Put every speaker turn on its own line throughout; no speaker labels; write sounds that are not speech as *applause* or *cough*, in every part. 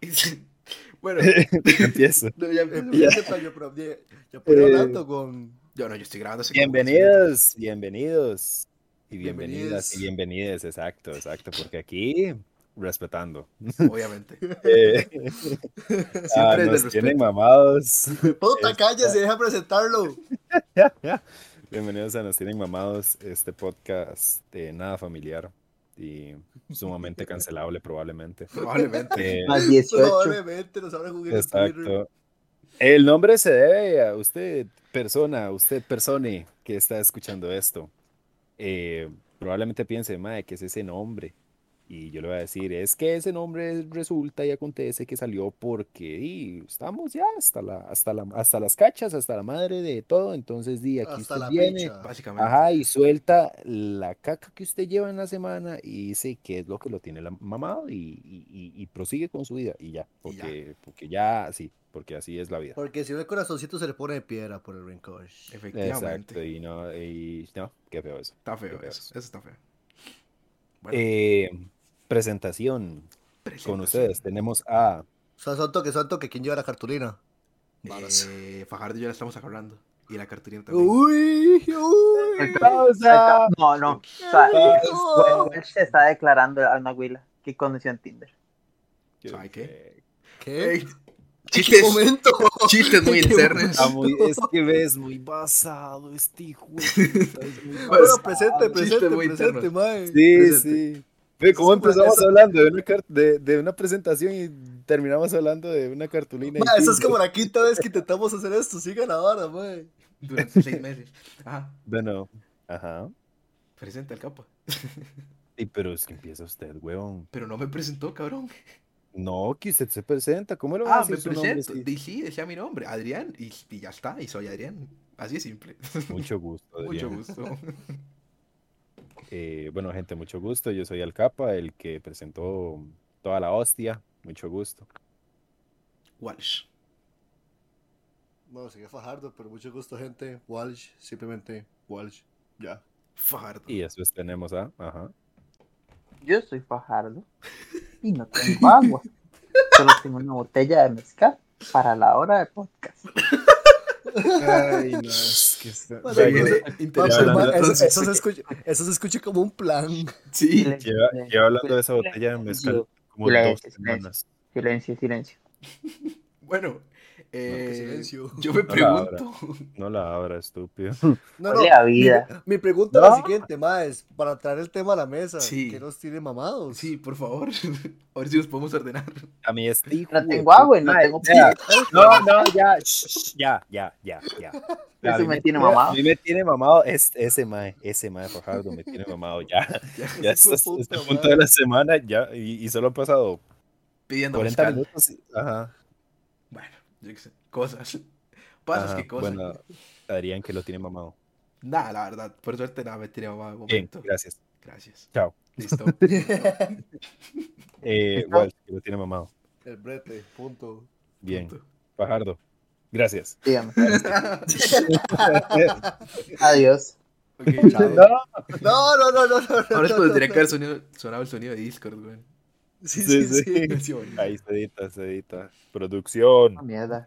*laughs*
*laughs*
bueno,
Empiezo.
no, ya empiezo, ya se está, yo, pero, ya, ya puedo
Eh,
hablando con. Yo no, yo estoy grabando. así como-
Bienvenidos, bienvenidos y
Bienvenidos.
bienvenidas y bienvenidas, exacto, exacto, porque aquí respetando.
*laughs* Obviamente.
Eh, *laughs* ah,
Siempre es
nos
del
tienen
respeto.
mamados. *laughs*
Puta, cállese, deja presentarlo.
Bienvenidos a Nos tienen mamados, este podcast de nada familiar y
*laughs*
sumamente cancelable probablemente. *laughs*
Probablemente.
Eh,
Más 18.
Probablemente nos habrá jugado
Exacto. El nombre se debe a usted, persona, usted, persone que está escuchando esto. Eh, probablemente piense, mae, ¿qué es ese nombre? Y yo le voy a decir, es que ese nombre resulta y acontece que salió porque di, estamos ya hasta la, hasta la, hasta las cachas, hasta la madre de todo. Entonces, di, aquí
Hasta
usted
la
viene,
picha. Básicamente.
ajá, y suelta la caca que usted lleva en la semana y dice que es lo que lo tiene la mamado y, y- y- y prosigue con su vida y ya,
Y ya.
porque, porque ya así, porque así es la vida.
Porque si no el corazoncito se le pone de piedra por el rencor.
Efectivamente.
Exacto, y no, y no, qué feo eso.
Está feo
Qué feo
eso.
eso.
Eso está feo. Bueno,
Eh, presentación, con
presentación.
ustedes tenemos a...
O sea, son toque, son toque. ¿Quién lleva la cartulina?
Varas. Eh, Fajardo y yo la estamos agarrando. Y la cartulina también.
Uy, uy.
¡Pausa!
No, no. O sea,
Eso.
Welsh se está declarando a una güila que conoció en Tinder.
¿Sabe qué?
Eh,
¿Qué? ¿Qué
chistes,
momento?
chistes *laughs* muy internos.
está muy- es que ves muy basado este hijo. de puta,
*laughs*
es muy
Bueno,
basado.
pues,
presente, presente,
chiste muy
presente,
interno.
mae.
Sí,
Presente.
sí. Ve cómo
Eso fue-
empezamos
eso-
hablando de una, car- de, de una presentación y terminamos hablando de una cartulina. y
Mae, esa es
Tinder.
como la quinta vez que intentamos hacer esto. Siga la vara, mae.
Durante seis meses. Ajá.
Bueno, ajá.
Presenta al capa.
Y pero es que empieza usted, weón.
Pero no me presentó, cabrón.
No, que usted se presenta. ¿Cómo lo va a
Ah,
decir
me
su nombre?
presento.
Sí.
Di- sí, decía mi nombre, Adrián, y, y ya está, y soy Adrián. Así de simple. *laughs*
Mucho gusto.
Mucho
Adrián. *laughs*
gusto.
Eh, bueno, gente, mucho gusto. Yo soy Alcapa, el que presentó toda la hostia. Mucho gusto.
Walsh.
Bueno, sigue Fajardo, pero mucho gusto, gente. Walsh, simplemente Walsh. Ya.
Fajardo.
Y después tenemos a... Ajá.
Yo soy Fajardo y no tengo agua. Solo tengo una botella de mezcal para la hora de podcast.
Ay,
*laughs*
no, es que...
Bueno,
Se
Ay,
viene
entonces- Papi,
interesante.
mae, eso,
Entonces,
eso se escucha, eso se escucha como un plan.
Sí,
Silencio,
Lleva,
silencio,
lleva hablando de esa
silencio.
botella de mezcal como
Silencio,
dos
silencio.
semanas.
Silencio, silencio.
bueno. eh,
silencio.
Yo
*laughs*
me
No la abra.
pregunto.
No la abra, estúpido.
No,
Ole a vida.
Mi, mi pregunta es la
No.
siguiente, ma, es para traer el tema a la mesa.
Sí.
¿Qué nos tiene mamados?
Sí, por favor. *laughs* A ver si nos podemos ordenar. *laughs*
A mí es hijo
No
de
tengo agua y no
puta,
tengo
ya. No, no, ya, shh, ya, ya, ya, ya. Ya, a
Eso
mí
me tiene mamado.
A mí me tiene mamado es, ese mae, ese mae Fajardo me tiene
*laughs*
mamado ya. Ya
Ese
está
hijo de
este
puta,
punto
mae.
de la semana ya y, y solo han pasado
Pidiendo
40
mezcal.
minutos. y- Ajá.
Bueno, yo qué sé. Cosas. Pasas
ajá.
que cosas.
Bueno, Adrián que lo tiene mamado.
Nada, la verdad. Por suerte, nada, me tiré mamá de
Bien,
momento.
gracias.
Gracias.
Chao.
Listo.
Eh,
Está-
Walsh, que lo tiene mamado.
El brete, punto.
*laughs* Bien,
Punto.
Fajardo. Gracias. *laughs*
Dígame. Adiós.
Ok, chao.
*laughs* No,
No, no, no, no, no. no,
Ahora es
no,
cuando
no,
tendría
no.
que haber sonido, sonado el sonido de Discord, güey.
Sí, sí, sí.
Sí, bueno.
*laughs*
*laughs*
Ahí se edita, se edita. Producción.
Ah, mierda.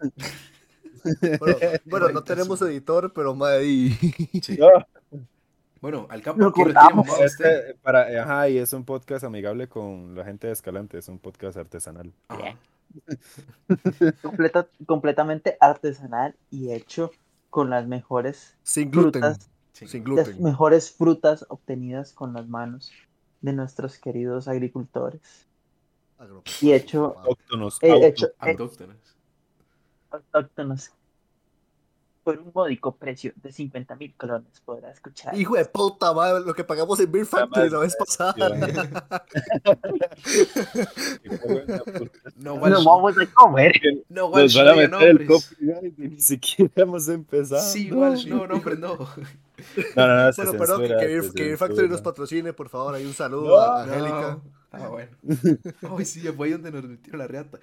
Bueno,
*laughs*
bueno, no tenemos editor, pero madre. y-
Sí.
No,
Bueno, al capo,
Lo
¿quién lo tiene
cortamos.
mamado a usted?
este, para, ajá, y es un podcast amigable con la gente de Escalante, es un podcast artesanal.
Ajá.
Completa- completamente artesanal y hecho con las mejores
*laughs* Sin gluten.
frutas
Sí.
Sin
las
gluten.
mejores frutas obtenidas con las manos de nuestros queridos agricultores.
Agropecuario,
Y hecho-
papá.
Autóctonos.
Eh,
auto-
hecho- eh,
Autóctonas.
autóctonos. Por un módico precio de 50 mil colones podrá escuchar.
Hijo de puta, madre, lo que pagamos en Beer
Jamás,
Factory la vez *laughs* pasada.
*laughs*
No, Walsh,
Nos vamos a comer.
no, Walsh,
Nos van
no
a
diga
meter el ah,
nombres.
copyright y ni siquiera *laughs* hemos empezado.
Sí, Walsh, no, nombres no.
No, no, no, se
Bueno, perdón, que,
censura,
que
se
Beer- que Beer Factory nos
censura.
patrocine, por favor. Hay un saludo
No,
a Angélica.
No. Ah,
*laughs*
bueno. Ay, sí, ya fue ahí donde nos metieron la reata.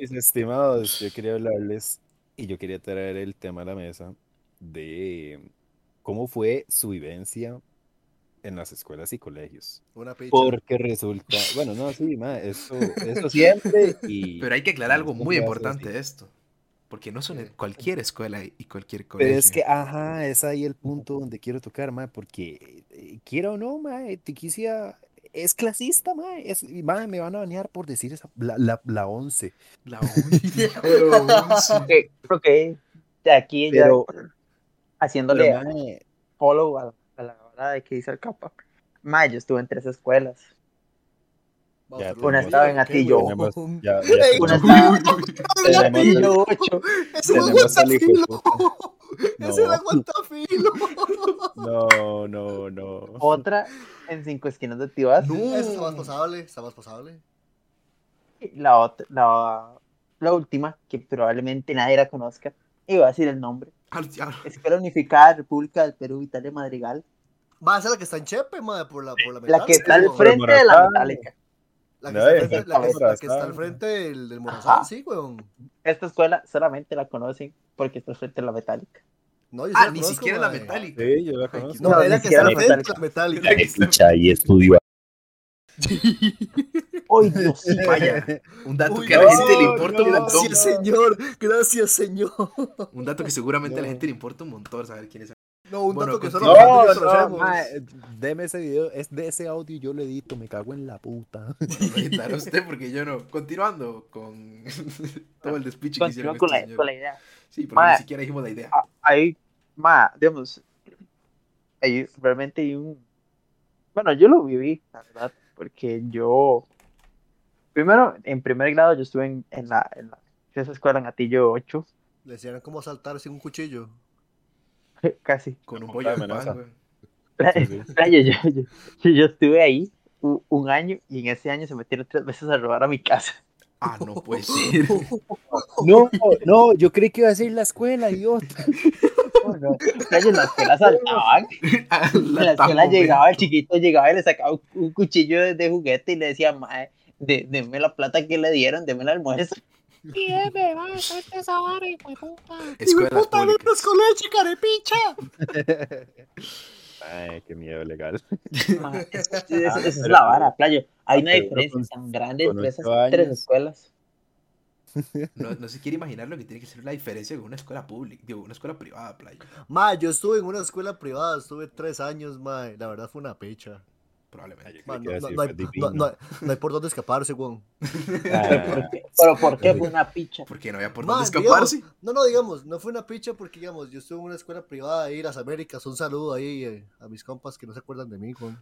Mis estimados, yo quería hablarles y yo quería traer el tema a la mesa de cómo fue su vivencia en las escuelas y colegios.
Una picha.
Porque resulta, bueno, no, sí, ma, eso, eso siempre. Y,
Pero hay que aclarar algo muy
Gracias,
importante de esto. Porque no son en cualquier escuela y cualquier colegio.
Pero es que, ajá, es ahí el punto donde quiero tocar, mae, porque eh, quiera o no, mae, Tiquicia es clasista, mae, es, y, mae, me van a banear por decir esa, la, la, la once. *laughs*
La once, pero once.
Ok, creo que de aquí ya
Pero,
haciéndole
pero, mae,
follow a, a la hora de que dice el capa. Ma, yo estuve en tres escuelas.
Vamos
Ya,
a ver.
una
estaba en Atillo.
tenemos-
Ujú.
*laughs* ya- ya
Ey,
Una
tenemos-
estaba
tenemos
en
al-
Atillo 8.
¡Ese
tenemos al hijo de puta. *laughs*
¡Ese
No.
era guantafilo!
No, no, no.
Otra en cinco esquinas de Tibas.
No.
Eso está más pasable, está más pasable.
Y La, otra, la, la última, que probablemente nadie la conozca, iba a decir el nombre.
Al diablo.
Escuela Unificada República del Perú Vital de Madrigal.
Va a ser la que está en Chepe, madre, por la, por la
La que
Metálica,
está al
weón.
frente de la
Morazán.
metálica.
La que,
Nadie
está, al frente-
está
la que- la que está al
abrazando.
frente del, del Morazán,
Ajá.
sí, weón.
Esta escuela solamente la conocen porque está al frente de la metálica.
No, yo sí
Ah,
la
ni
conozco,
siquiera la
madre.
metálica.
Sí, yo la
Ay,
*laughs* conozco.
No,
No,
es
ni
la que
siquiera
está al
la
frente de
Metálica.
la metálica.
Escucha y estudio.
¡Ay, Dios
*laughs*
Vaya, un dato
Uy,
que a
no,
la gente le importa un
no,
montón.
Gracias, señor. Gracias, señor.
Un dato que seguramente a la
No.
gente le importa un montón saber quién es.
*laughs* No, un
Bueno,
dato que solo
continúa.
nosotros
no,
conocemos.
ma, deme ese video, es de ese audio yo lo edito, me cago en la puta.
Bueno, editar a usted porque yo no. Continuando con *laughs* todo el despiche que hicieron.
Continúo con la,
estos
con la
señores.
idea.
Sí, porque
Madre.
ni siquiera dijimos la idea.
Ah, Hay, ma, digamos, hay, realmente hay un... Bueno, yo lo viví, la verdad, porque yo... Primero, en primer grado yo estuve en, en la, en la- en esa escuela en Atillo 8,
Le decían cómo saltar sin un cuchillo.
*laughs* casi.
Con un
Con
bollo de
amenaza.
pan, güey.
Sí, *laughs* sí.
Ah, Yo, yo- yo- yo- yo estuve ahí u- un año y en ese año se metieron tres veces a robar a mi casa.
*laughs*
Ah,
*laughs*
no puede ser.
No, no, yo creí que iba a decir la escuela, idiota. Oh,
No, no, ellos en la
*laughs*
escuela saltaban.
*laughs* Ah,
En la escuela
tapo, güey.
llegaba el chiquito, llegaba y le sacaba un, un cuchillo de, de juguete y le decía, mae, de, deme la plata que le dieron, deme
*laughs*
el almuerzo.
Tiene, va, suelta esa vara, hijo de puta.
Escuelas públicas.
Ay, qué miedo legal.
Mae, es- es- es- Esa es
Ah, pero-
la vara, playo. Hay una
pero uno
diferencia
con-
tan grande
con
entre esas
ocho
tres
años.
escuelas.
No, no se quiere imaginar lo que tiene que ser la diferencia con una escuela pública, digo, una escuela privada, playa.
Ma, yo estuve en una escuela privada, estuve tres años, ma. La verdad fue una pecha.
Probablemente.
Ma,
Creí que
no,
iba a
no-
decir
no
fue
hay, no-
divino.
no hay- no hay por dónde escaparse, weón.
*laughs* Ah,
Pero ¿por qué fue una picha?
Porque no había por
Ma,
dónde escaparse.
digamos, no, no, digamos, no fue una picha porque, digamos, yo estuve en una escuela privada ahí, las Américas. Un saludo ahí eh, a mis compas que no se acuerdan de mí, weón.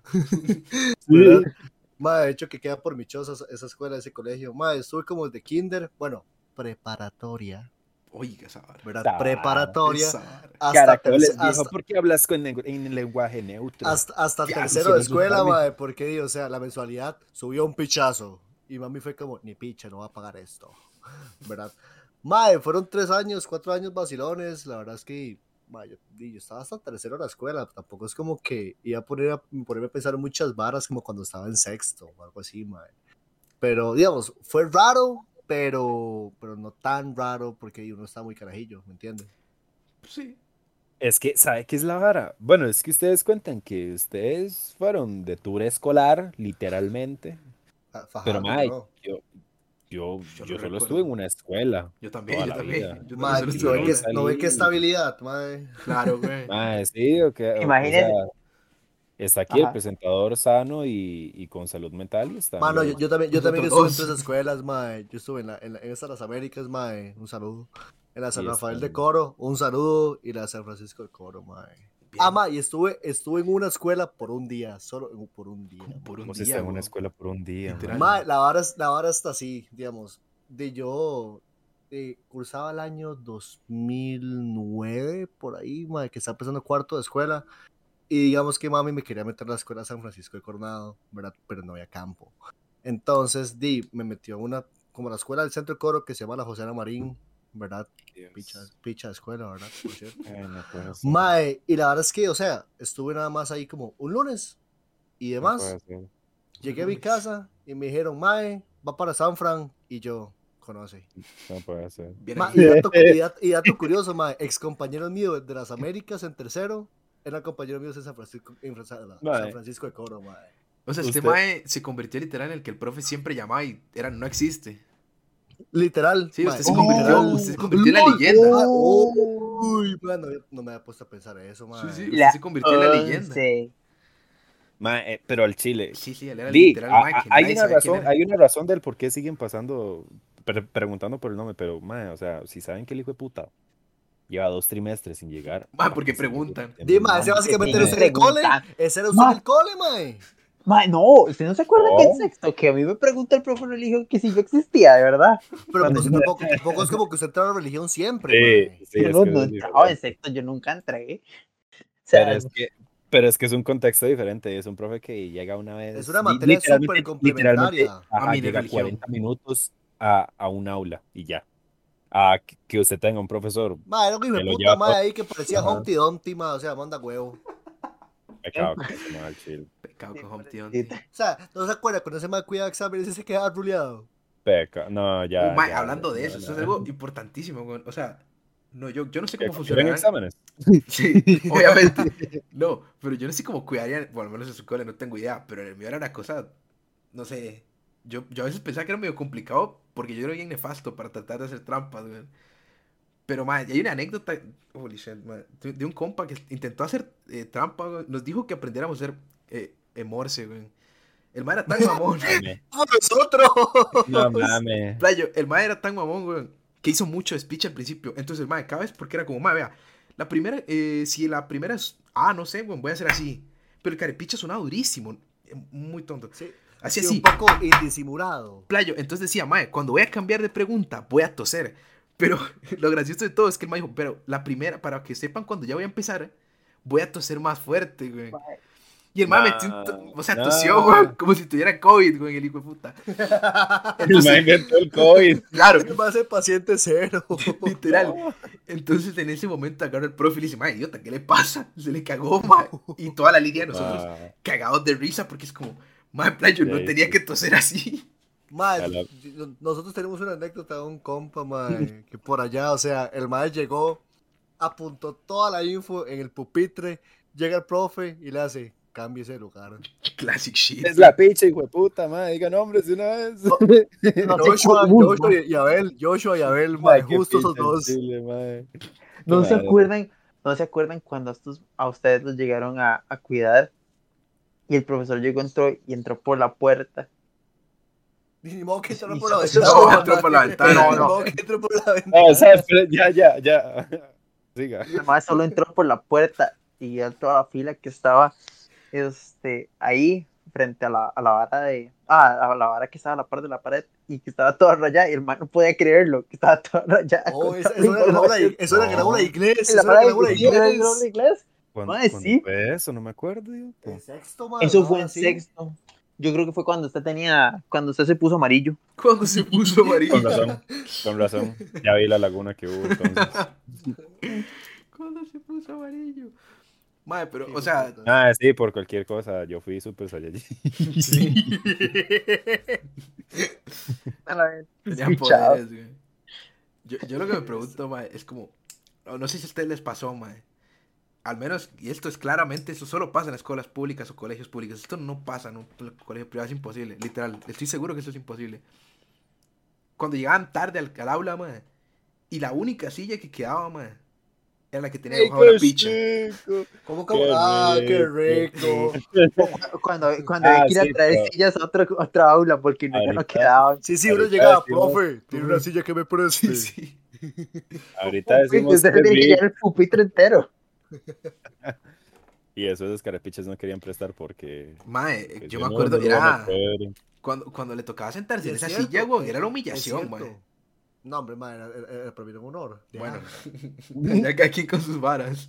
¿Verdad? Ma, de hecho, que queda por mi choza esa- esa escuela, ese colegio. Ma, estuve como de kinder, bueno, preparatoria,
Oiga, esa vara.
¿verdad?
Ta-
preparatoria.
Esa vara.
Hasta,
Caracoles,
terce- hasta-
viejo, ¿por qué hablas con lengu- en el lenguaje neutro?
Hasta, hasta
Ya,
tercero
sí,
de
es
escuela,
brutal.
mae, porque, di, o sea, la mensualidad subió un pichazo. Y mami fue como, ni picha, no va a pagar esto. *laughs* ¿Verdad? Mae, fueron tres años, cuatro años vacilones. La verdad es que, mae, yo, di, yo estaba hasta tercero de la escuela. Tampoco es como que iba a, poner a ponerme a pensar muchas varas como cuando estaba en sexto o algo así, mae. Pero, digamos, fue raro, pero, pero no tan raro porque di, uno está muy carajillo, ¿me entiendes?
Sí.
Es que, ¿sabe qué es la vara? Bueno, es que ustedes cuentan que ustedes fueron de tour escolar, literalmente.
Ah, fajado,
Pero, mae,
no.
yo,
Yo
yo, yo,
lo
solo
recuerdo.
estuve en una escuela.
Yo también,
Toda
yo
la
también.
vida.
Yo también
Mae,
solo
no
estuve
ve
en
que,
una.
no ve que estabilidad, mae.
Claro, güey.
Ah, *laughs* sí, o que- o- o
Imagínese.
sea, está aquí
Ajá.
el presentador sano y, y con salud mental. Y está
Mano, yo,
bien.
yo también, yo también
Nosotros
estuve en
dos.
tres escuelas, mae. Yo estuve en, la, en, la- en esta de las Américas, mae. Un saludo. En la San
Y esta-
Rafael de Coro, un saludo. Y la de San Francisco de Coro, mae.
Bien.
Ah, mae, y estuve, estuve en una escuela por un día, solo en- por un día.
Como por un
Hemos
día.
estado en
güey.
una escuela por un día.
Literal.
man.
Mae, la vara, es- la vara está así, digamos. De yo eh, cursaba el año 2009, por ahí, mae, que estaba empezando cuarto de escuela. Y digamos que mami me quería meter a la escuela San Francisco de Coronado, ¿verdad? Pero no había campo. Entonces, di, me metió a una, como la escuela del centro de coro que se llama la José Ana Marín, ¿verdad?
Dios.
Picha, picha escuela, ¿verdad? Por cierto.
Ay, no puede ser, no
Mae, y la verdad es que, o sea, estuve nada más ahí como un lunes y demás.
puede ser.
Llegué a mi casa y me dijeron, Mae, va para San Fran. Y yo, conoce.
No puede ser.
Bien
Ma,
ahí.
*laughs*
y, dato, y dat- y dato curioso, Mae, ex compañeros míos de las Américas en tercero era compañero mío en San Francisco, en Fra- San
Mae.
San Francisco de Coro, mae.
O sea, este
Usted-
mae se convirtió literal en el que el profe siempre llamaba y era no existe.
Literal.
Sí,
mae.
usted se
Oh,
convirtió,
literal.
usted se convirtió en la
¡Lol!
leyenda.
Ah, oh, uy, mae, no, había- no me había puesto a pensar en eso, mae.
Sí, sí,
La
usted se convirtió en la leyenda.
once.
Mae, eh, pero al Chile.
Sí, sí, él era
Di,
literal
a-
mae
a-
que
ah, hay
nadie
una
sabía quién
razón,
era.
hay una razón del por qué siguen pasando, pre- preguntando por el nombre, pero mae, o sea, si saben que el hijo de puta lleva dos trimestres sin llegar.
Mae, porque
se-
preguntan.
se-
Di, mae, ese básicamente era
Mae,
usted en el cole.
Pregunta.
Ese era usted en
Mae.
el cole, mae.
Ma, no, usted no se acuerda que
No.
en sexto, que a mí me pregunta el profe religio que si yo existía, de verdad.
Pero pues, tampoco, tampoco es como que usted entra a la religión siempre,
Sí,
mae.
sí,
yo
es
no,
que-
no entraba oh, en sexto, yo nunca entré. O sea,
Pero es, que, pero es que es un contexto diferente. Es un profe que llega una vez.
Es una
li-
materia
literalmente-
súper
literalmente,
complementaria.
ajá,
A mí de
llega
religión.
40 minutos a, a un aula y ya. A que- que usted tenga un profesor.
Mae, era un hijo de
Que lo
puta,
lleva
mae,
todo.
ahí que parecía
Ajá.
Humpty Dumpty, mae. O sea, manda huevo.
me cago que es mal, chill.
Pecado
Sí,
con Humpty Dumpty.
pobrecita.
O sea, no se acuerda cuando ese mae cuidaba exámenes y se quedaba ruleado.
Peca- No, ya.
Uh, mae,
ya,
hablando de
ya,
eso,
ya.
eso es algo importantísimo, weón. O sea, no, yo, yo no sé
Que
cómo
confíen en
funcionarán.
*laughs* exámenes.
*laughs* Sí, obviamente. No, pero yo no sé cómo cuidarían, bueno, al menos en su cole no tengo idea, pero en el mío era una cosa, no sé. Yo, yo a veces pensaba que era medio complicado porque yo era bien nefasto para tratar de hacer trampas, weón. Pero, mae, y hay una anécdota, holy shit, mae, de, de un compa que intentó hacer eh, trampa, weón. Nos dijo que aprendiéramos a hacer eh, eh, morse, weón. El mae era *laughs* tan mamón.
Mame,
¡Ah, ¡Nosotros!
No pues, *laughs* mames.
Playo, el mae era tan mamón, weón, que hizo mucho speech al principio. Entonces el mae, cada vez porque era como, mae, vea, la primera, eh, si la primera es, ah, no sé, weón, voy a hacer así. Pero el carepicha sonaba durísimo, eh, muy tonto.
Sí,
Así,
sí,
así,
un poco indisimulado. *laughs*
playo. Entonces decía, mae, cuando voy a cambiar de pregunta, voy a toser. Pero *laughs* lo gracioso de todo es que el mae dijo, pero la primera, para que sepan cuando ya voy a empezar, voy a toser más fuerte, güey. Y el mae
Nah,
metió un to- o sea,
nah.
tosió, weón, como si tuviera COVID, güey, el hijo de puta.
El mae inventó el COVID. *laughs*
Claro,
Va a ser paciente cero.
*laughs* Literal. Entonces en ese momento agarra el profe y le dice, ma, idiota, ¿qué le pasa? Se le cagó, ma. Y toda la línea de nosotros
Ah,
cagados de risa porque es como, ma, en plan, yo no
Sí,
tenía
sí.
que toser así. *laughs*
Mae,
A la-
yo- nosotros tenemos una anécdota de un compa, mae, que por allá, o sea, el mae llegó, apuntó toda la info en el pupitre, llega el profe y le hace, cambie ese lugar.
Classic shit.
Es la picha, hijo de puta, madre. Diga nombres de una vez. *laughs*
No sé
Joshua,
cómo,
Joshua y Abel, Joshua y Abel, mae,
Mae, qué
justo esos
picha en
dos.
Chile, mae.
No se
Madre.
acuerdan, no se acuerdan cuando a, estos- a ustedes los llegaron a, a cuidar y el profesor llegó entró y entró por la puerta.
Ni modo que entró
Ni
por la
eso-
ventana.
no, entró por la ventana,
*laughs* Ni
no.
modo que entró por la ventana.
Ah,
Eh,
o sea, espera, ya, ya, ya. *laughs* Siga.
El mae solo entró por la puerta y ya toda la fila que estaba este, ahí frente a la, a la vara de ah, a la vara que estaba a la par de la pared y que estaba toda rayada y el man no podía creerlo que estaba toda rayada. *laughs*
Oh,
con
eso,
toda la
eso era grabó la,
información.
eso era grabó la iglesia.
La
Eso era
vara de
grabó la
sí, era el
iglesia.
grabó la iglesia.
¿Cuándo,
Mae,
cuándo
sí.
fue eso? No me acuerdo. pues. idiota.
En sexto, mae,
Eso
Ah, ¿no?
fue en
Así.
sexto. Yo creo que fue cuando usted tenía, cuando usted se puso amarillo.
Cuando se puso
Con
amarillo.
razón, con razón. Ya vi la laguna que hubo *laughs* entonces.
*laughs* Cuando se puso amarillo. Mae, pero,
Sí,
o sea,
puta.
Ah, sí, por cualquier cosa. Yo fui súper saiyajin. *laughs*
sí. *laughs*
A la vez.
*laughs*
Tenía
Escuchado.
poderes, güey. Yo, yo lo que me pregunto, mae, es como, no, no sé si a ustedes les pasó, mae. Al menos, y esto es claramente, eso solo pasa en escuelas públicas o colegios públicos. Esto no pasa en un pl- colegio privado, es imposible, literal. Estoy seguro que esto es imposible. Cuando llegaban tarde al, al aula, mae, y la única silla que quedaba, mae, era la que tenía dibujado
pues,
la picha.
¿Cómo, cómo?
Qué
ah, qué
rico.
rico.
Cuando, cuando
Ah,
hay que ir
sí,
a traer
pero-
sillas a otra, otra aula porque no, ya no
Ahorita-
quedaban.
Sí, sí, uno
Ahorita
llegaba,
decimos-
profe, tiene una silla que me
Sí, *laughs*
preste.
sí.
Ahorita decimos
Usted
que
tenía que
vi.
llenar el pupitre entero.
Y eso esos carapiches no querían prestar porque.
Mae,
pues,
Eh, yo me
no,
acuerdo,
no lo van a
era
poder.
cuando, cuando le tocaba sentarse en
Es
esa
cierto,
silla, güey, era la
Es
humillación,
cierto.
mae.
No, hombre, mae, era, era- era para mí era un honor. Ya.
Bueno, *laughs* ya cada quien con sus varas.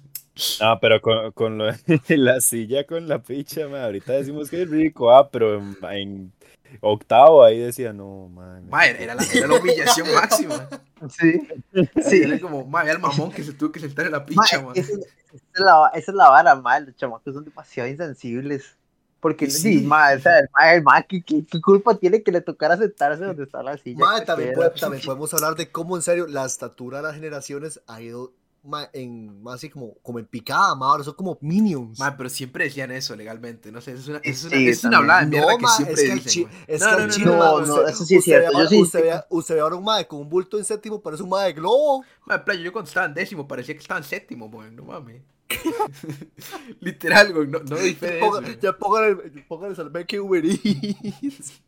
No, pero con, con lo- *laughs* la silla con la picha, ma, ahorita decimos que es rico, ah, pero en, en octavo ahí decía, no, man. este
Ma, era, era la, era la humillación máxima.
Sí.
Sí.
Sí.
Era como, ma, vea el mamón que se tuvo que sentar en la pincha,
Ma,
ma.
esa, es- esa es la, esa es la vara, ma, Los chamacos son demasiado insensibles. Porque,
Sí.
sí, ma, o sea, el ma, el ma, ¿qué, qué, qué culpa tiene que le tocara sentarse donde está la silla? *laughs*
Mae, también,
Cualquiera.
puede- también podemos hablar de cómo en serio la estatura de las generaciones ha ido ma, en, ma, así como, como en picada, ma, ahora son como minions.
Ma, pero siempre decían eso legalmente. No sé, es una, es una,
Sí,
es una hablada de Ah,
No,
mierda que
ma,
siempre
es que al
dicen.
chi-
güey.
es
No,
que
no,
al
no,
chile,
no,
ma,
no,
usted-
no,
eso sí es
usted ve
cierto,
ahora-
yo sí-
Usted ve- usted ve ahora un mae con un bulto en séptimo, parece un mae de globo.
Ma, playa, yo cuando estaba en décimo parecía que estaba en séptimo, güey. No mames. *laughs* Literal, güey. No, no doy fe de eso,
Ponga-
güey.
Ya pónganle, pónganle salve que
*laughs*
Uber Eats.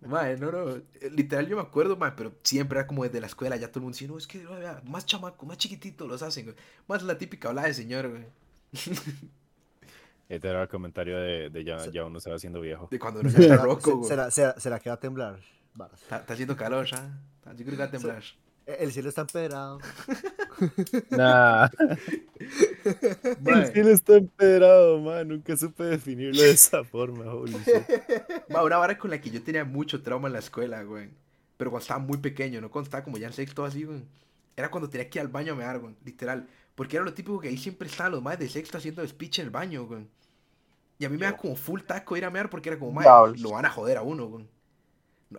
Mae, no, no, eh, literal yo me acuerdo, mae, pero siempre era como desde la escuela, ya todo el mundo decía, no, es que no, vea, más chamaco, más chiquitito los hacen, güey. Más la típica hablada de señor, güey,
*laughs* Este era el comentario de, de ya, ya uno se va haciendo viejo.
de cuando no se está
¿Será-
roco, güey.
será, será, será que va a temblar? Varas.
Está, está haciendo calor, ¿ah? Está- Yo creo que va a *laughs* temblar.
E- El cielo está empedrado.
*laughs*
Nah.
Mae,
*laughs* El cielo está empedrado, man. Nunca supe definirlo de esa forma, holy shit.
*laughs* mae, una vara con la que yo tenía mucho trauma en la escuela, güey. Pero cuando estaba muy pequeño, no cuando estaba como ya en sexto así, güey. Era cuando tenía que ir al baño a mear, güey, literal. Porque era lo típico que ahí siempre estaban los maes de sexto haciendo speech en el baño, güey. Y a mí me da como full taco ir a mear porque era como, mae,
Diablos.
lo van a joder a uno, güey.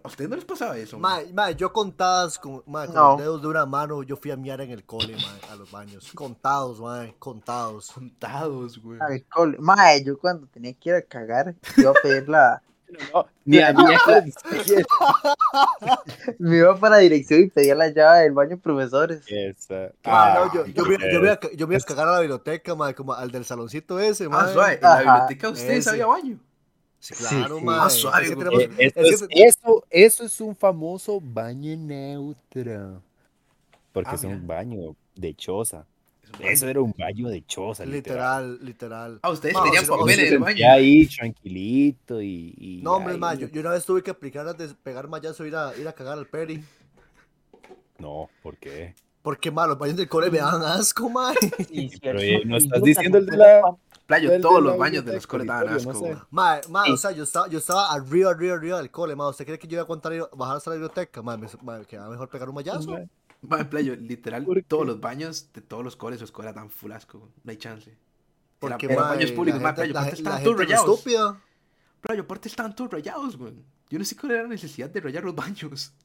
¿A ustedes no les pasaba eso? güey?
Mae, mae, yo contadas con, mae, con
No.
los dedos de una mano, yo fui a miar en el cole, mae, a los baños. Contados, mae, contados.
Contados, güey.
Alcohol. Mae, yo cuando tenía que ir a cagar, iba a
*laughs*
pedir la.
Ni a
*laughs* Me iba para la dirección y pedía la llave del baño, profesores.
Esa.
Mae,
Ah,
no, yo, yo, voy, a- yo voy a, ca- yo voy a cagar a la biblioteca, mae, como al del saloncito ese, mae.
Ah, suave. En la
Ajá,
biblioteca de ustedes
ese.
había baño.
Sí, claro,
Sí, sí.
mae.
Ah, suave,
Es que
güey.
tenemos-
Eh, esto
es
es-
que-
eso, eso es un famoso baño neutro. Porque
Ah,
es un
mira.
baño de choza.
Es un baño.
Eso era un baño de choza, literal.
literal, literal.
Ah, ustedes
No,
tenían
si no,
papel
si
en el
Uno se
baño.
sentía ahí tranquilito y. y
No, hombre,
ahí-
mae, yo, yo una vez tuve que aplicar a despegar mayazo ir a, ir a cagar al peri.
No, ¿por qué?
Porque, mae, los baños del cole me dan asco, mae.
*laughs* Pero eh, no estás diciendo el de la.
Playo,
El de
todos
la
los baños de
biblioteca,
los coles daban
auditorio,
asco,
no sé.
güey.
Mae, mae, o
Sí.
sea, yo estaba, yo estaba arriba, arriba, arriba del cole, mae. ¿Usted cree que yo iba a aguantar ir- bajar hasta la biblioteca? Mae, me, mae, quedaba mejor pegar un mayazo.
Mae,
Mae, Playo, literal,
¿Por qué?
todos los baños de todos los coles o escuelas dan full asco, güey. No hay chance. Era-
Porque,
eran
mae,
baños públicos,
la
mae,
gente,
Playo,
la,
aparte
gen- la
estaban todos
gente era
rayados.
estúpida.
Playo, aparte estaban todos rayados, güey. Yo no sé cuál era la necesidad de rayar los baños. *laughs*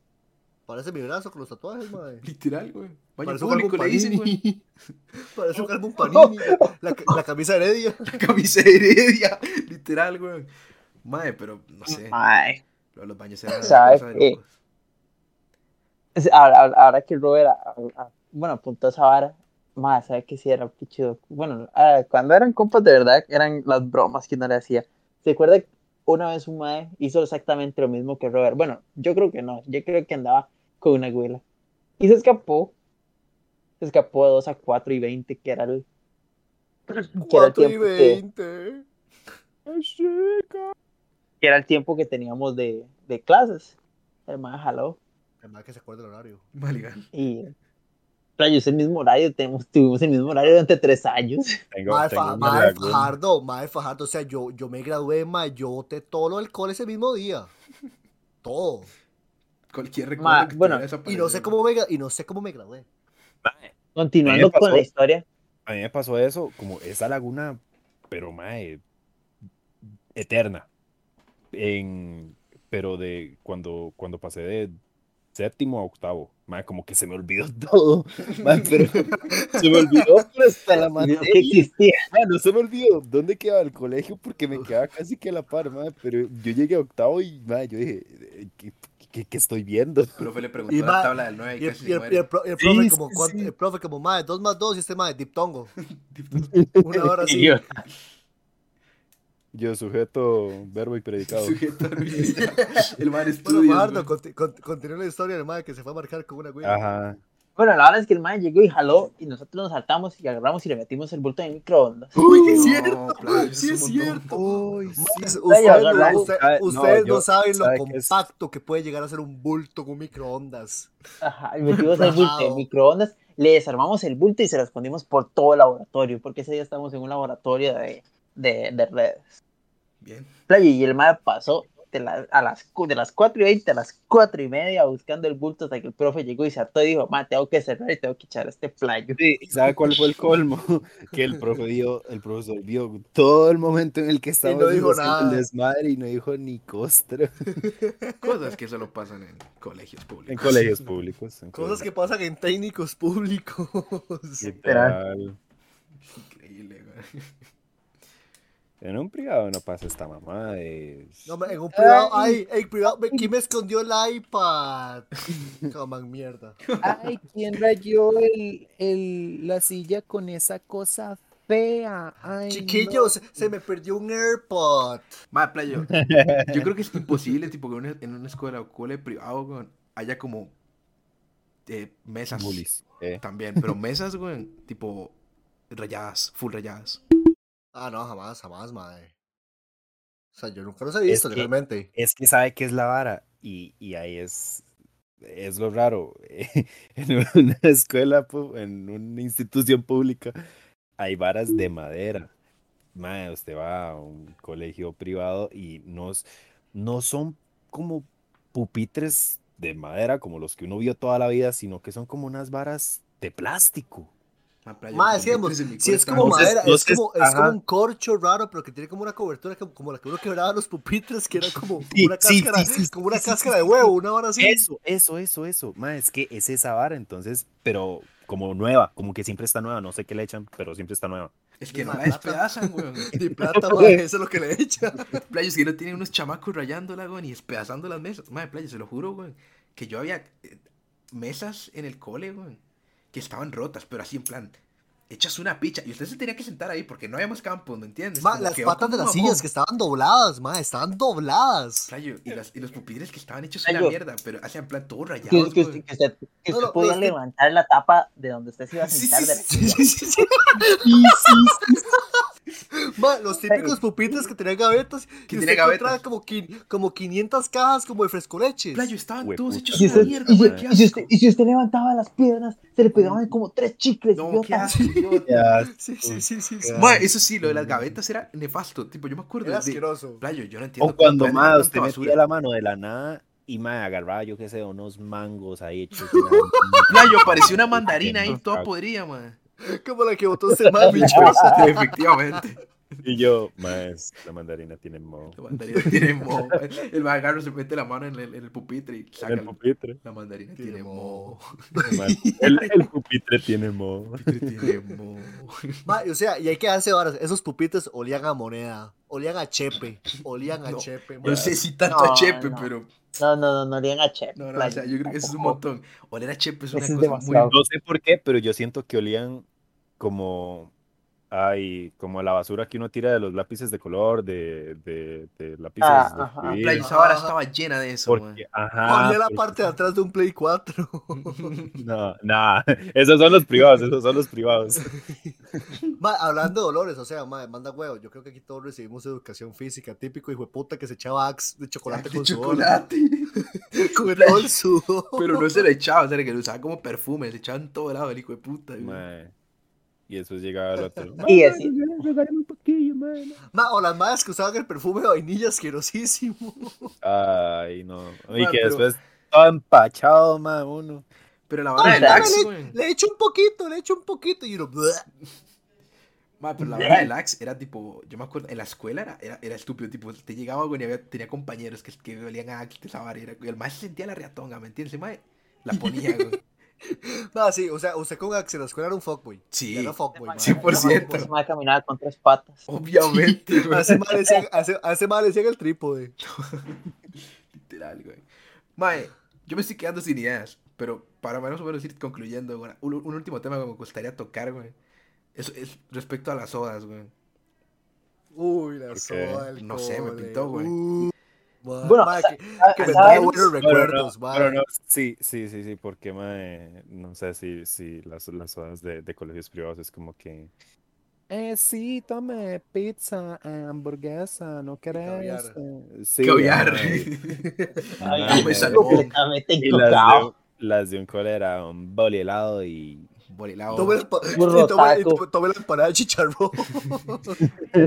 Parece mi brazo con los tatuajes, mae.
Literal, güey. Baño
Parece un
público
álbum
le dicen,
Panini.
güey. *laughs*
Parece un álbum panini. La, ca- la camisa heredia.
La camisa de heredia. *laughs* Literal, güey. Mae, pero no sé.
Eh, Mae.
Los los baños
*laughs*
eran una
¿Sabe
cosa de
qué?
locos.
Es- Ahora, ahora- ahora que Robert, a- a- bueno, apuntó esa vara, mae, ¿sabes que sí era pichudo? Bueno, ah, cuando eran compas de verdad, eran las bromas que uno le hacía. ¿Se acuerda que una vez un mae hizo exactamente lo mismo que Robert? Bueno, yo creo que no, yo creo que andaba con una güila. Y se escapó. Se escapó de 2 a 4 y 20, que era el. que era el
4 y
tiempo que-
20.
que era el tiempo que teníamos de, de clases. El mae jaló.
El mae que se acuerda el horario.
Maligan.
Y rayos, el mismo horario, tenemos, tuvimos el mismo horario durante tres
*laughs*
años.
Tengo,
Mae,
tengo
fa-
una
mae,
laguna.
Fajardo, mae, Fajardo. O sea, yo, yo me gradué, mae. Yo boté todo lo del cole ese mismo día. Todo.
Cualquier recuerdo
Ma,
que
bueno,
tuviera esa
Y no sé
pared,
cómo me, gra- y no sé cómo me gradué.
Mae, A
Continuando
mí me
con la
pasó.
historia,
A mí me pasó eso, como esa laguna, pero mae, eterna. En, pero de cuando, cuando pasé de séptimo a octavo, mae, como que se me olvidó *laughs* todo. mae, pero se me olvidó pero hasta la
que
materia.
existía.
mae, no se me olvidó dónde quedaba el colegio porque me quedaba casi que a la par, mae, pero yo llegué a octavo y mae, yo dije, eh, ¿qué, qué- qué estoy viendo? *laughs*
El profe le preguntó
Y
la
ma-
tabla del 9 y,
Y el,
casi
y
se
el-
muere.
y el pro- el
Sí,
profe
sí,
como, ¿cuánto-
sí.
el profe como, mae, dos más dos y este mae, *laughs* diptongo. *laughs*
*laughs*
Una hora así.
Yo sujeto, verbo y predicado.
Sujeto a
*laughs*
Luisita. El man
Bueno,
estudia.
Fajardo, conti- con- continúa la historia del mae que se fue a marcar con una güey.
Ajá.
Bueno, la verdad es que el mae llegó y jaló y nosotros nos saltamos y agarramos y le metimos el bulto en el microondas.
Uy, sí
No,
es cierto,
claro, eso
sí
es
es
un montón.
cierto.
Uy,
Ustedes
agarrar-
no- usted-
Ah, no,
ustedes
yo-
no saben lo
¿sabe qué es?
compacto que puede llegar a ser un bulto con un microondas.
Ajá, y metimos el bulto en el microondas, le desarmamos el bulto y se lo escondimos por todo el laboratorio, porque ese día estábamos en un laboratorio de, de, de redes.
Bien.
Playa, Y el mae pasó 20, la- a las, cu- de las 4 y 20 a las 4 y media buscando el bulto hasta que el profe llegó y se ató y dijo, ma, tengo que cerrar y tengo que echar este playo.
Sí, ¿y ¿Sabe cuál
*laughs*
fue el colmo? *laughs* Que el profe vio, el profesor vio todo el momento en el que estábamos
dijo
negociando el
nada.
desmadre y no dijo ni costra
Cosas que solo pasan en colegios públicos.
*laughs* en *laughs* colegios públicos. en
Cosas que
colegios
pasan en técnicos públicos.
Literal.
literal.
Increíble, güey.
En un privado no pasa esta mamá de... *laughs*
No, ma, en un privado, ay, en privado, me- ¿quién me escondió el iPad? Coman mierda.
Ay, ¿quién rayó el, el, la silla con esa cosa fea? Ay,
Chiquillos, se me perdió un AirPod.
Ma, playo. Yo creo que es imposible, tipo, que una- en una escuela o cole privado, güey, haya como eh, mesas.
Bullies, eh.
También, pero mesas, güey, tipo rayadas, full rayadas.
Ah, no, jamás, jamás, madre. O sea, yo nunca los he visto,
que-
realmente.
Es que sabe qué es la vara y, y ahí es, es lo raro. eh, *laughs* En una escuela, pu- en una institución pública, hay varas de madera. Mae, usted va a un colegio privado y no, s- no son como pupitres de madera como los que uno vio toda la vida, sino que son como unas varas de plástico.
Ma, playo,
Ma,
los
es que, digamos,
pupitres en mi
Si es
cole
como
Entonces-
madera, es
entonces,
como, es como
ajá.
un corcho raro, pero que tiene como una cobertura que- como la que uno quebraba los pupitres, que era como, como
Sí,
una
sí,
cáscara,
sí, sí, sí,
como una
sí, sí,
cáscara
sí,
de huevo, una hora así.
Eso, eso, eso, eso. Ma, es que es esa vara, entonces, pero como nueva, como que siempre está nueva. No sé qué le echan, pero siempre está nueva.
Es que
de
no la
plata.
despedazan, güey.
Ni
*laughs*
plata, madre, eso es lo que le echa.
Playo, es que no tienen unos chamacos rayándola, güey, y despedazando las mesas. Madre, playo, se lo juro, güey, que yo había eh, mesas en el cole, güey, que estaban rotas, pero así en plan, echas una picha. Y usted se tenía que sentar ahí porque no habíamos campos, ¿me entiendes?
Ma,
Como
las
que va
patas de
como
las
un mamón.
sillas que estaban dobladas, ma, estaban dobladas.
Playo, y, las- y los pupitres que estaban hechos una
Playo.
mierda, pero hacían plan todo
Que,
rayados,
que
güey.
usted, que usted- que
No,
usted
no,
podía
es que-
levantar la tapa de donde usted se iba a
Sí,
sentar.
sí,
de la-
Sí, sí, sí, sí. Ma, los típicos pupitres que tenían gavetas.
Que
y
tenía
usted
gavetas.
encontraba Como, quin- como 500 cajas como de frescoleches.
Playo, estaban
Hue
todos
puta.
hechos
Y,
una
usted,
mierda,
y
güey,
si-
qué
y si usted,
asco.
y si usted levantaba las piernas, se le pegaban como tres chicles.
No,
idiota.
qué asco,
*laughs*
idiota.
Ya,
Sí, sí, sí, sí. sí.
Mae, eso sí, lo de las gavetas era nefasto. Tipo, yo me acuerdo
Era
de
asqueroso.
playo, yo no entiendo.
O cuando
pueden
más
dejar
usted
tanta
metía la mano de la nada y más agarraba, yo qué sé, unos mangos ahí hechos. de la-
Playo, parecía una mandarina ahí,
Ajá.
toda podrida, man. *laughs*
Como la que botó este mami.
Efectivamente.
*laughs* Y yo, más, la mandarina tiene moho.
*laughs* La mandarina tiene moho. mae. El mae agarra, se mete la mano en el, en el pupitre y saca
El
el *laughs*
pupitre.
La mandarina
Tiene
tiene moho.
ma, El, el pupitre tiene moho.
El pupitre *laughs* tiene moho.
Ma, y o sea, y hay que darse varas. Esos pupitres olían a moneda, olían a chepe, olían a
No,
chepe. ma.
No sé si tanto
No,
a Chepe,
no.
pero.
No, no, no, no, digan a Chef.
No, no,
playa,
o sea, yo creo que eso es un
tampoco.
montón. Oler a Chepe es una
Eso es
cosa muy.
demasiado.
No sé por qué, pero yo siento que olían como. Ay, como la basura que uno tira de los lápices de color, de, de, de lápices
Ah,
de
ajá.
escribir,
Playo, esa vara
Ajá.
estaba llena de eso, mae.
porque, ajá,
Olía la
Ah,
porque-
parte de atrás de un Play 4.
No, *laughs* nada, esos son los privados, esos son los privados.
Ma, hablando de dolores, o sea, ma, manda huevo. Yo creo que aquí todos recibimos educación física. Típico hijo de puta que se echaba Axe de chocolate
De
con sudor.
chocolate.
Con todo el sudor.
*laughs* Pero no se lo echaba, o sea, que lo usaba como perfume, se echaba en todo lado el hijo de puta. güey.
Mae. Y después llegaba
*laughs*
el otro.
Y así,
Ma, o las madres que usaban el perfume de vainilla asquerosísimo.
Ay, no. Y
Mae,
que
pero-
después todo empachado, mae, uno.
Pero la vara del
Puta.
Axe, güey.
Le echo un poquito, le echo un poquito. Y uno, "Bleh".
Ma, pero la vara del Axe era tipo, yo me acuerdo, en la escuela era, era, era estúpido, tipo, te llegaba, güey, y había- tenía compañeros que, que olían a Axe, esa vara, y, era- y el más se sentía la reatonga, ¿me entiendes? El mae la ponía, güey.
Ma, sí, o sea, usted con Axe en la escuela era un fuckboy.
Sí,
Era fuckboy. ma.
100%.
Ese mae caminaba con tres patas.
*laughs* obviamente, güey.
Hace mal ese, hace, hace mal ese el trípode.
Literal, güey. Mae, yo me estoy quedando sin ideas, pero para más o menos ir concluyendo, güey, un, un último tema que me gustaría tocar, güey. Es, es respecto a las sodas, güey.
Uy, la
Ok.
soda del
No sé, me
cole.
pintó, güey.
Uh, ma-
Bueno,
ma,
o sea,
que, que me
¿Saben?
trae buenos
Pero
recuerdos,
no,
ma.
pero no, sí, sí, sí, sí, porque mae, no sé si, si las, las zonas de, de colegios privados es como que. Eh, sí, tome pizza, eh, hamburguesa, no
caviar.
querés. eh, sí,
Caviar. *laughs* pues,
ay,
Ay,
ay,
me
mae.
salvó.
completamente
Y las de,
equivocado.
las de un cole era un boli helado y
Morilao.
Tome la, empa-
Burro
*laughs* tome-
taco.
tome la empanada de chicharrón.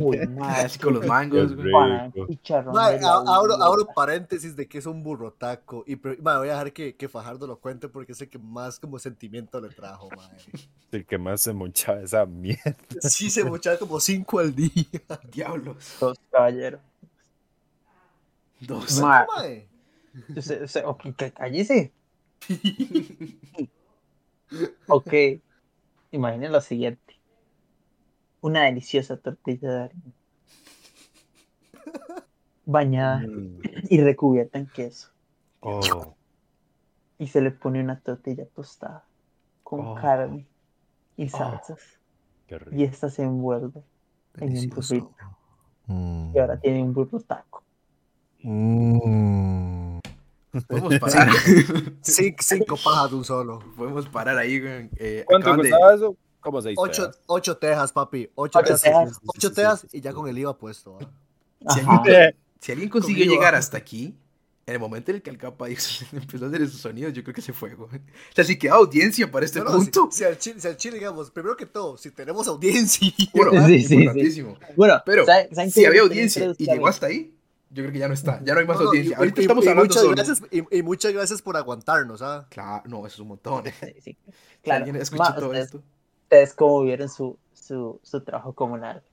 Uy,
Ah,
madre.
así con los mangos, güey.
Pana,
Rico.
chicharrón
Mae,
de la
a- abro,
vida.
abro paréntesis de que es un burrotaco. Y pre- mae, voy a dejar que, que Fajardo lo cuente porque es el que más como sentimiento le trajo, mae.
El que más se monchaba esa mierda.
Sí, se mochaba como cinco al día.
Diablos.
Dos caballeros.
Dos.
Mae,
Mae.
se- se- ok, que- cállese. Ok. Imaginen lo siguiente. Una deliciosa tortilla de harina. Bañada
Mm.
y recubierta en queso.
Oh,
Y se le pone una tortilla tostada con
Oh.
carne y salsas.
qué
Y
rico.
esta se envuelve en un
Delicioso.
burrito. Y ahora tiene un burro taco.
Mm.
Podemos parar.
Cin- cinco pajas de un solo.
Podemos parar ahí, güey. Eh,
¿Cuánto
acaban de-
costaba eso? Como seis
Ocho,
pesos.
ocho tejas, papi. Ocho,
Ocho
tejas.
tejas.
Sí, sí, sí,
Ocho
sí,
tejas
sí, sí.
y ya con el IVA puesto. ¿va?
Sí,
Ajá.
hay-
Eh,
Si alguien consiguió
Conmigo.
llegar hasta aquí, en el momento en el que el capa dijo- *laughs* empezó a hacer esos sonidos, yo creo que se fue, güey. O sea, si queda audiencia para este
No, no, si-
punto.
Si, al chile, si al chile, digamos, primero que todo, si tenemos audiencia.
Bueno,
Sí, sí, sí.
importantísimo.
Bueno,
Pero,
¿saben- saben
Si
qué?
había
Tienen
audiencia
tres
y llegó
caras.
hasta ahí, yo creo que ya no está. Ya no hay más
No, no, y-
audiencia.
y-
Ahorita
y-
estamos
y
hablando
muchas
solo.
gracias, y, y muchas gracias por aguantarnos, ¿ah?
Claro, no, eso es un montón. *laughs* eh.
Sí, sí.
Si
Claro.
alguien escuchó
Ma,
todo
ustedes,
esto.
ustedes cómo vieron su, su, su trabajo comunal.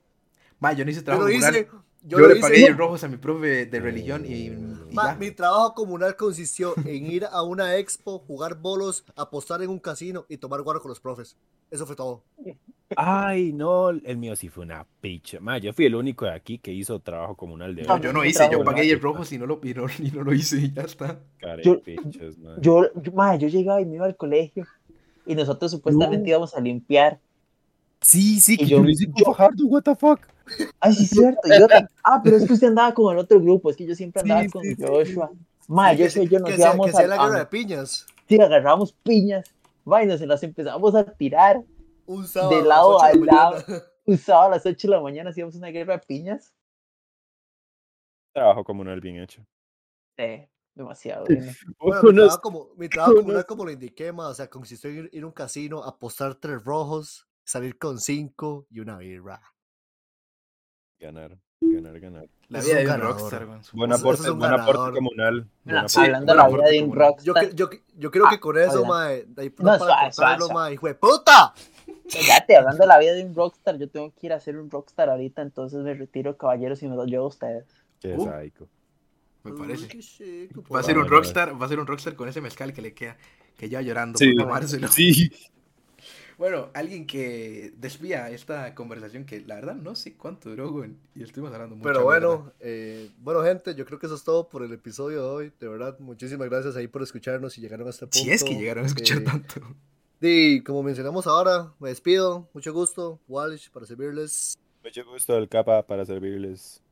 Ma, yo no hice
Yo
trabajo
lo
comunal.
hice.
Yo,
Yo, lo
le
hice.
pagué rojos a mi profe de religión y, y
Ma,
ya.
mi trabajo comunal consistió en ir a una expo, jugar bolos, apostar en un casino y tomar guaro con los profes. Eso fue todo.
*laughs* Ay, no, el mío sí fue una picha. Ma, yo fui el único de aquí que hizo trabajo comunal de
No,
yo
verdad.
no
mi
hice,
trabajo
yo
comunal.
pagué 10 rojos y no lo y no, *laughs* y no lo hice y ya está.
Carepichos, ma.
Yo, yo, ma, yo llegaba y me iba al colegio y nosotros supuestamente íbamos a limpiar.
Sí, sí,
Y yo- yo-
Fajardo, what the fuck.
Ay, sí, es cierto.
*laughs*
idiota. Ah, pero es que usted andaba con el otro grupo. Es que yo siempre andaba
Sí,
con
sí, sí.
Joshua. Ma,
que,
Joshua y yo nos
que sea,
íbamos
que sea
a,
la
a-
guerra de piñas.
sí, agarramos piñas. Ma, y nos las empezábamos a tirar.
Un sábado. a las
lado
ocho de la
al lado.
mañana.
Un sábado a las 8 de la mañana hacíamos una guerra de piñas.
Trabajo comunal bien hecho.
Sí, demasiado bueno.
Bueno, mi
Unos-
trabajo, como, mi trabajo
unos-
comunal, como lo indiqué, ma, o sea, consistió en ir, ir a un casino, apostar tres rojos, salir con cinco y una birra.
Ganar, ganar, ganar.
La
Es
vida
un
de un
ganador.
rockstar, güey, supongo.
Buen
Eso- eso
aporte,
es un
buen aporte
ganador.
comunal. buen
Ah,
Bueno,
aporte
hablando de
buena
comunal.
la vida
aporte
de un
comunal.
Yo,
rockstar,
cre- yo, cre- yo creo que con eso,
habla.
mae, de ahí
No,
para
suave, suave,
cortarlo,
suave.
mae, hijo de puta.
espérate, Pues hablando de la vida de un rockstar, yo tengo que ir a ser un rockstar ahorita, entonces me retiro, caballeros, y me los llevo a ustedes.
Qué
Uh.
sádico.
Me parece.
Uy, sí, que
Va a
por
ser
Vale,
un
vale.
rockstar, va a ser un rockstar con ese mezcal que le queda, que lleva llorando
Sí.
por tomárselo.
Sí.
Bueno, alguien que desvía esta conversación que la verdad no sé cuánto duró, güey, y estuvimos hablando mucho.
Pero bueno, eh, bueno gente, yo creo que eso es todo por el episodio de hoy. De verdad, muchísimas gracias ahí por escucharnos y llegaron hasta este punto.
si es que llegaron a escuchar
Eh,
tanto.
Y como mencionamos ahora, me despido. Mucho gusto, Walsh, para servirles.
Mucho gusto el capa para servirles.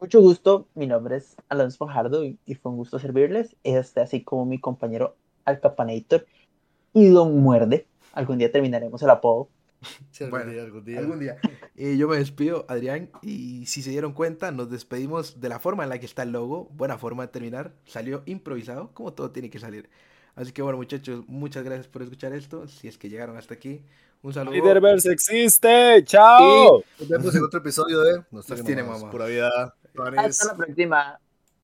Mucho gusto, mi nombre es Alonso Fajardo y, y fue un gusto servirles, este, así como mi compañero Alcapanator y Don Muerde. Algún día terminaremos el apodo.
Sí, algún
Bueno,
día, algún día.
Algún día. Eh, yo me despido, Adrián, y si se dieron cuenta, nos despedimos de la forma en la que está el logo. Buena forma de terminar. Salió improvisado, como todo tiene que salir. Así que bueno, muchachos, muchas gracias por escuchar esto. Si es que llegaron hasta aquí, un saludo.
Liderverse existe. Chao.
Nos vemos en otro episodio de Nos
Nos
tiene
tiene
mamás.
mamás.
Pura vida.
Hasta la próxima.